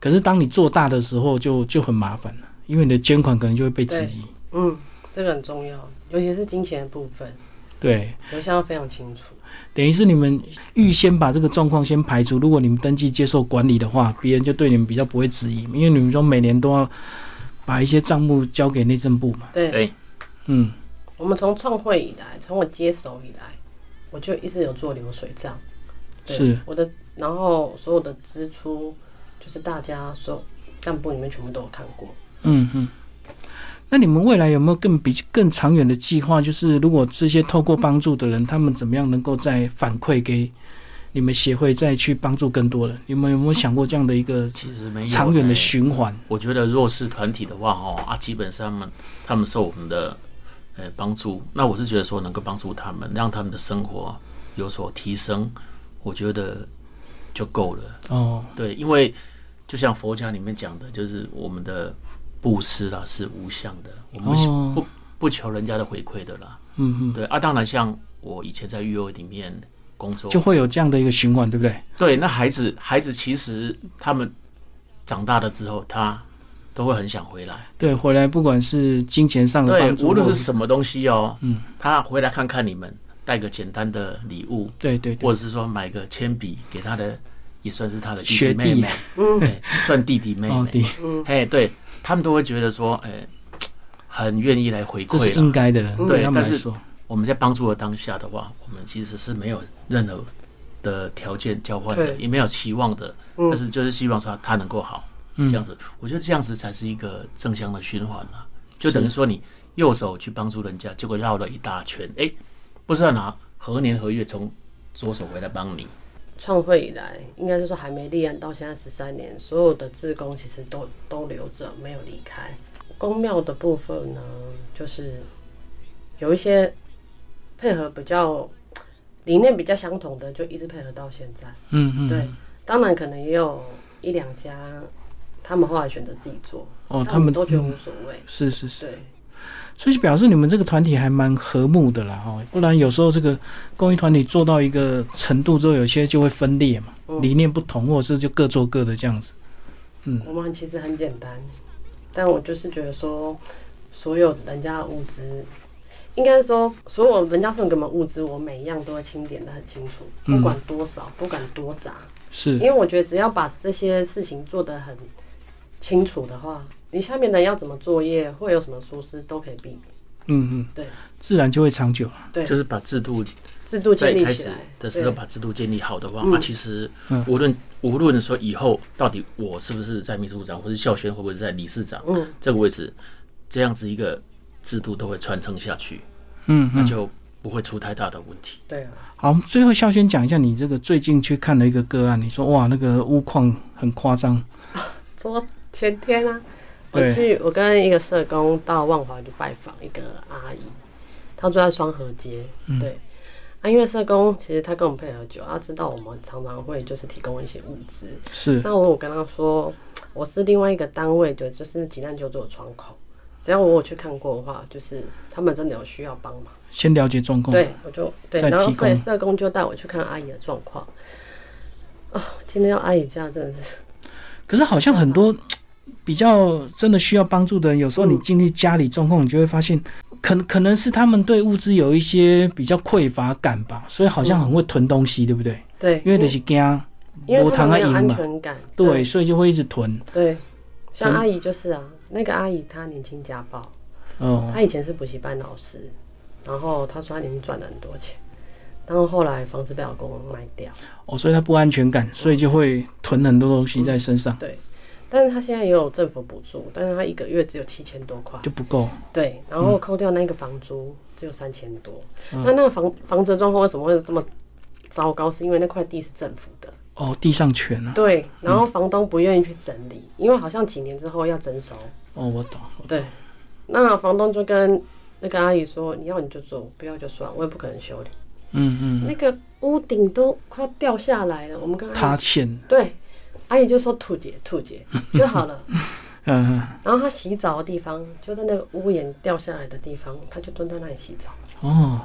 [SPEAKER 1] 可是当你做大的时候就，就很麻烦了，因为你的捐款可能就会被质疑。
[SPEAKER 3] 嗯，这个很重要，尤其是金钱的部分，
[SPEAKER 1] 对，
[SPEAKER 3] 我现在非常清楚。
[SPEAKER 1] 等于是你们预先把这个状况先排除。如果你们登记接受管理的话，别人就对你们比较不会质疑，因为你们说每年都要把一些账目交给内政部嘛。
[SPEAKER 3] 对，
[SPEAKER 2] 对，
[SPEAKER 1] 嗯，
[SPEAKER 3] 我们从创会以来，从我接手以来，我就一直有做流水账。对
[SPEAKER 1] 是
[SPEAKER 3] 我的，然后所有的支出，就是大家所有干部里面全部都有看过。
[SPEAKER 1] 嗯嗯。那你们未来有没有更比更长远的计划？就是如果这些透过帮助的人，他们怎么样能够再反馈给你们协会，再去帮助更多人？你们有没有想过这样的一个
[SPEAKER 2] 其实没有
[SPEAKER 1] 长远的
[SPEAKER 2] 哎
[SPEAKER 1] 循环？
[SPEAKER 2] 我觉得弱势团体的话，哦啊，基本上他们他们受我们的呃帮助，那我是觉得说能够帮助他们，让他们的生活有所提升，我觉得就够了。
[SPEAKER 1] 哦，
[SPEAKER 2] 对，因为就像佛家里面讲的，就是我们的布施啦是无相的，我们不、
[SPEAKER 1] 哦
[SPEAKER 2] 不不求人家的回馈的啦。
[SPEAKER 1] 嗯嗯，
[SPEAKER 2] 对啊，当然像我以前在育幼里面工作
[SPEAKER 1] 就，会有这样的一个循环，对不对？
[SPEAKER 2] 对，那孩子孩子其实他们长大了之后，他都会很想回来。
[SPEAKER 1] 对，回来不管是金钱上的
[SPEAKER 2] 对
[SPEAKER 1] 帮，助，
[SPEAKER 2] 无论
[SPEAKER 1] 或
[SPEAKER 2] 是
[SPEAKER 1] 者
[SPEAKER 2] 什么东西哦，
[SPEAKER 1] 嗯，
[SPEAKER 2] 他回来看看你们，带个简单的礼物，
[SPEAKER 1] 对对对
[SPEAKER 2] 或者是说买个铅笔给他的，也算是他的弟
[SPEAKER 1] 学
[SPEAKER 2] 弟
[SPEAKER 1] 弟
[SPEAKER 2] 妹妹，嗯，算弟弟妹
[SPEAKER 1] 哦，
[SPEAKER 2] 妹，
[SPEAKER 1] 对，
[SPEAKER 2] 嘿，对他们都会觉得说，哎，很愿意来回
[SPEAKER 1] 这是
[SPEAKER 2] 馈
[SPEAKER 1] 应
[SPEAKER 2] 了。
[SPEAKER 1] 该的，
[SPEAKER 2] 嗯对
[SPEAKER 1] 他们
[SPEAKER 2] 但
[SPEAKER 1] 来
[SPEAKER 2] 是
[SPEAKER 1] 说，
[SPEAKER 2] 我们在帮助的当下的话，我们其实是没有任何的条件交换的，
[SPEAKER 3] 对嗯
[SPEAKER 2] 也没有期望的，但是就是希望说他能够好，
[SPEAKER 1] 嗯
[SPEAKER 2] 这样子，我觉得这样子才是一个正向的循环啊，就等于说你右手去帮助人家，结果绕了一大圈，哎、不知道哪何年何月从左手回来帮你，
[SPEAKER 3] 创会以来，应该是说还没立案到现在十三年，所有的志工其实都都留着，没有离开。公庙的部分呢，就是有一些配合比较理念比较相同的，就一直配合到现在。
[SPEAKER 1] 嗯嗯，
[SPEAKER 3] 对，当然可能也有一两家，他们后来选择自己做，
[SPEAKER 1] 哦，他
[SPEAKER 3] 但我
[SPEAKER 1] 们
[SPEAKER 3] 都觉得
[SPEAKER 1] 嗯
[SPEAKER 3] 无所谓。
[SPEAKER 1] 是是是，
[SPEAKER 3] 对，
[SPEAKER 1] 所以表示你们这个团体还蛮和睦的啦，哦，不然有时候这个公益团体做到一个程度之后，有些就会分裂嘛，
[SPEAKER 3] 嗯
[SPEAKER 1] 理念不同，或者是就各做各的这样子。嗯
[SPEAKER 3] 我们其实很简单，但我就是觉得说，所有人家的物资，应该说所有人家送给我们物资，我每一样都会清点的很清楚，
[SPEAKER 1] 嗯
[SPEAKER 3] 不管多少，不管多杂，因
[SPEAKER 1] 是
[SPEAKER 3] 为我觉得只要把这些事情做得很清楚的话，你下面的人要怎么作业，会有什么疏失都可以避免。
[SPEAKER 1] 嗯嗯，
[SPEAKER 3] 对，
[SPEAKER 1] 自然就会长久。
[SPEAKER 3] 对，
[SPEAKER 2] 就是把制度
[SPEAKER 3] 制度
[SPEAKER 2] 在
[SPEAKER 3] 建
[SPEAKER 2] 一
[SPEAKER 3] 立
[SPEAKER 2] 开
[SPEAKER 3] 起
[SPEAKER 2] 始
[SPEAKER 3] 来
[SPEAKER 2] 的时候
[SPEAKER 3] 对
[SPEAKER 2] 把制度建立好的话，啊
[SPEAKER 3] 嗯
[SPEAKER 2] 那、其实
[SPEAKER 1] 嗯
[SPEAKER 2] 无论无论说以后到底我是不是在秘书长，或是孝轩会不会在理事长、
[SPEAKER 3] 嗯
[SPEAKER 2] 这个位置，这样子一个制度都会传承下去，
[SPEAKER 1] 嗯
[SPEAKER 2] 那
[SPEAKER 1] 嗯，
[SPEAKER 2] 就不会出太大的问题。
[SPEAKER 3] 对啊，
[SPEAKER 1] 好，最后孝轩讲一下你这个最近去看了一个个案，你说哇那个钨矿很夸张，
[SPEAKER 3] 昨前天啊，我
[SPEAKER 1] 对
[SPEAKER 3] 去我跟一个社工到万华去拜访一个阿姨，她住在双河街，
[SPEAKER 1] 嗯
[SPEAKER 3] 对。啊，因为社工其实他跟我们配合久，他知道我们常常会就是提供一些物资。
[SPEAKER 1] 是
[SPEAKER 3] 那我有跟他说，我是另外一个单位的，就是急难救助的窗口。只要我有去看过的话，就是他们真的有需要帮忙。
[SPEAKER 1] 先了解状况。
[SPEAKER 3] 对，我就
[SPEAKER 1] 嗯
[SPEAKER 3] 对，
[SPEAKER 1] 再
[SPEAKER 3] 然后
[SPEAKER 1] 提
[SPEAKER 3] 所以
[SPEAKER 1] 供
[SPEAKER 3] 社工就带我去看阿姨的状况。哦，今天要阿姨家真的是，
[SPEAKER 1] 可是好像很多比较真的需要帮助的人，有
[SPEAKER 3] 嗯
[SPEAKER 1] 时候你进去家里状况，你就会发现，可能可能是他们对物资有一些比较匮乏感吧，所以好像很会囤东西，对不对？
[SPEAKER 3] 对，
[SPEAKER 1] 因为就是惊，
[SPEAKER 3] 嗯因为
[SPEAKER 1] 无
[SPEAKER 3] 他
[SPEAKER 1] 糖
[SPEAKER 3] 们
[SPEAKER 1] 啊
[SPEAKER 3] 没有
[SPEAKER 1] 赢
[SPEAKER 3] 安
[SPEAKER 1] 嘛，
[SPEAKER 3] 全感。
[SPEAKER 1] 对，所以就会一直囤。
[SPEAKER 3] 对，像
[SPEAKER 1] 嗯
[SPEAKER 3] 阿姨就是啊，那个阿姨她年轻家暴，
[SPEAKER 1] 哦，
[SPEAKER 3] 她以前是补习班老师，然后她说她年轻赚了很多钱，然后后来房子被老公卖掉，
[SPEAKER 1] 哦，所以他不安全
[SPEAKER 3] 嗯
[SPEAKER 1] 感，所以就会囤很多东西在身上，
[SPEAKER 3] 但是她现在也有政府补助，但是她一个月只有七千多块，
[SPEAKER 1] 就不够。
[SPEAKER 3] 对，然后扣掉那个房租只有三千多，
[SPEAKER 1] 嗯
[SPEAKER 3] 那那个房房子的状况为什么会这么糟糕？是因为那块地是政府的，
[SPEAKER 1] 哦，地上权了、啊。
[SPEAKER 3] 对，然后房东不愿意去整理，因为好像几年之后要征收，
[SPEAKER 1] 哦，我懂。我懂
[SPEAKER 3] 对，那房东就跟那个阿姨说：“你要你就住，不要就算，我也不可能修理。
[SPEAKER 1] 嗯嗯，
[SPEAKER 3] 那个屋顶都快要掉下来了，我们跟阿
[SPEAKER 1] 塌
[SPEAKER 3] 姨
[SPEAKER 1] 陷。
[SPEAKER 3] 对，阿姨就说吐姐吐姐 就好了。
[SPEAKER 1] 嗯嗯，
[SPEAKER 3] 然后她洗澡的地方就在那个屋檐掉下来的地方，她就蹲在那里洗澡，
[SPEAKER 1] 哦，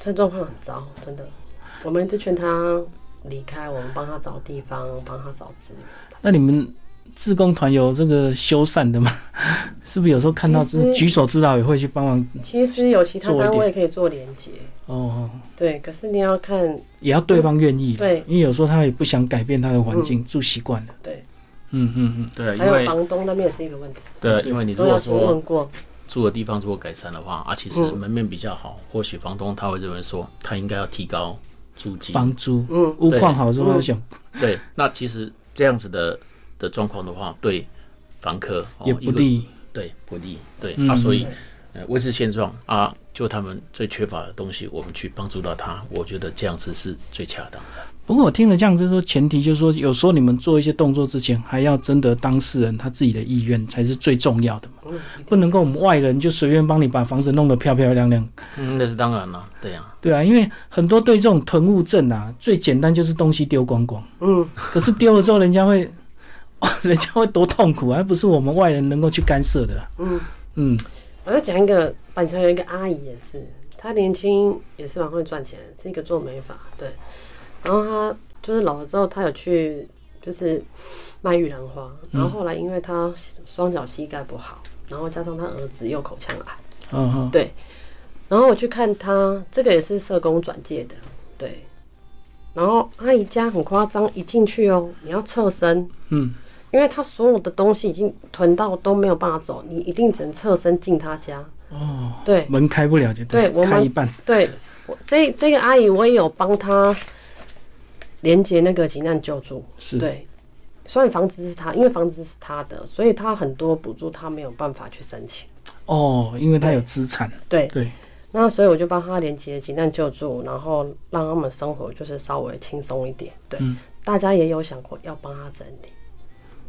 [SPEAKER 3] 这状况很糟，真的。我们一直劝她离开，我们帮她找地方，帮她找资源。
[SPEAKER 1] 那你们志工团有这个修缮的吗？ 是不是有时候看到
[SPEAKER 3] 其实
[SPEAKER 1] 这举手之劳也会去帮忙？
[SPEAKER 3] 其实有其他
[SPEAKER 1] 做一
[SPEAKER 3] 单
[SPEAKER 1] 点
[SPEAKER 3] 位可以做连接，
[SPEAKER 1] 哦，
[SPEAKER 3] 对，可是你要看
[SPEAKER 1] 也要对方愿意。
[SPEAKER 3] 嗯对嗯
[SPEAKER 1] 因为有时候他也不想改变他的环境，住习惯了。
[SPEAKER 3] 对，
[SPEAKER 1] 嗯嗯嗯，
[SPEAKER 2] 对，因
[SPEAKER 3] 还有
[SPEAKER 2] 为
[SPEAKER 3] 房东那边也是一个问题，
[SPEAKER 2] 对，因为你如
[SPEAKER 3] 都要
[SPEAKER 2] 果
[SPEAKER 3] 先问
[SPEAKER 2] 说
[SPEAKER 3] 过。
[SPEAKER 2] 住的地方如果改善的话，啊，其实门面比较好，或许房东他会认为说他应该要提高租金，
[SPEAKER 1] 房租，
[SPEAKER 3] 嗯
[SPEAKER 1] 屋况好之后他想
[SPEAKER 2] 对，那其实这样子的的状况的话，对房客、哦、
[SPEAKER 1] 也不
[SPEAKER 2] 一个
[SPEAKER 1] 利。
[SPEAKER 2] 对，不利，对、啊，所以呃维持现状啊，就他们最缺乏的东西，我们去帮助到他，我觉得这样子是最恰当的。
[SPEAKER 1] 不过我听了这样子说，前提就是说，有时候你们做一些动作之前，还要征得当事人他自己的意愿才是最重要的
[SPEAKER 3] 嗯
[SPEAKER 1] 嘛，不能够我们外人就随便帮你把房子弄得漂漂亮亮。
[SPEAKER 2] 嗯，那是当然了，对呀、
[SPEAKER 1] 对啊，因为很多对这种囤物症啊，最简单就是东西丢光光。
[SPEAKER 3] 嗯，
[SPEAKER 1] 可是丢了之后，人家会， 人家会多痛苦啊，而不是我们外人能够去干涉的。
[SPEAKER 3] 嗯
[SPEAKER 1] 嗯，
[SPEAKER 3] 我再讲一个板桥有一个阿姨也是，他年轻也是蛮会赚钱，是一个做美发，对。然后他就是老了之后，他有去就是卖玉兰花，然
[SPEAKER 2] 嗯
[SPEAKER 3] 后后来因为他双脚膝盖不好，然后加上他儿子又口腔癌，
[SPEAKER 1] 嗯哼，
[SPEAKER 3] 对。然后我去看他，这个也是社工转介的，对。然后阿姨家很夸张，一进去哦，你要侧身，
[SPEAKER 1] 嗯，
[SPEAKER 3] 因为他所有的东西已经囤到都没有办法走，你一定只能侧身进他家。
[SPEAKER 1] 哦，
[SPEAKER 3] 对
[SPEAKER 1] 门开不了就
[SPEAKER 3] 对我们
[SPEAKER 1] 开一半，
[SPEAKER 3] 对，我这这个阿姨我也有帮她连接那个急难救助，
[SPEAKER 1] 是，
[SPEAKER 3] 对，虽然房子是她，因为房子是她的，所以她很多补助她没有办法去申请。
[SPEAKER 1] 哦，因为他有资产，
[SPEAKER 3] 对，
[SPEAKER 1] 对，
[SPEAKER 3] 那所以我就帮她连接急难救助，然后让他们生活就是稍微轻松一点。对，大家也有想过要帮她整理，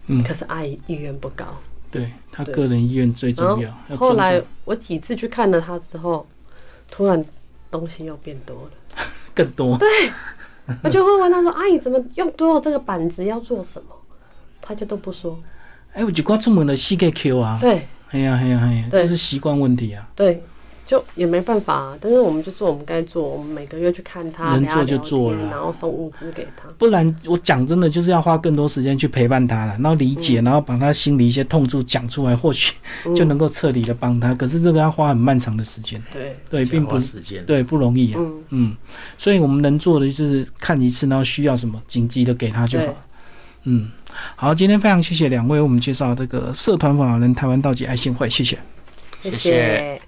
[SPEAKER 1] 嗯
[SPEAKER 3] 可是阿姨意愿不高。
[SPEAKER 1] 对他
[SPEAKER 3] 对
[SPEAKER 1] 个人意愿最重
[SPEAKER 3] 然后
[SPEAKER 1] 要。要
[SPEAKER 3] 后
[SPEAKER 1] 尊
[SPEAKER 3] 来
[SPEAKER 1] 重
[SPEAKER 3] 我几次去看了她之后，突然东西又变多了。
[SPEAKER 1] 更多，
[SPEAKER 3] 我就会问他说：“阿姨，怎么用多了这个板子要做什么？”他就都不说。
[SPEAKER 1] 哎，我就光出门的膝盖 Q 啊，
[SPEAKER 3] 对
[SPEAKER 1] 哎呀哎呀哎呀，
[SPEAKER 3] 对
[SPEAKER 1] 这是习惯问题啊，
[SPEAKER 3] 对，就也没办法、啊。但是我们就做我们该做，我们每个月去看他，
[SPEAKER 1] 能
[SPEAKER 3] 陪他
[SPEAKER 1] 做就
[SPEAKER 3] 聊天
[SPEAKER 1] 做了
[SPEAKER 3] 然后送物资给他。
[SPEAKER 1] 不然我讲真的就是要花更多时间去陪伴他了，然后理
[SPEAKER 2] 嗯
[SPEAKER 1] 解，然后把他心里一些痛处讲出来，或许就能够彻底的帮他。可是这个要花很漫长的时间，
[SPEAKER 3] 对，
[SPEAKER 1] 对，并
[SPEAKER 2] 啊花
[SPEAKER 1] 不
[SPEAKER 2] 时间。
[SPEAKER 1] 对不容易啊，
[SPEAKER 3] 嗯，
[SPEAKER 1] 嗯，所以我们能做的就是看一次，然后需要什么紧急的给他就好
[SPEAKER 3] 对。，
[SPEAKER 1] 嗯，好，今天非常谢谢两位为我们介绍这个社团法人台湾道及爱心会，谢谢。
[SPEAKER 2] 谢谢
[SPEAKER 3] 谢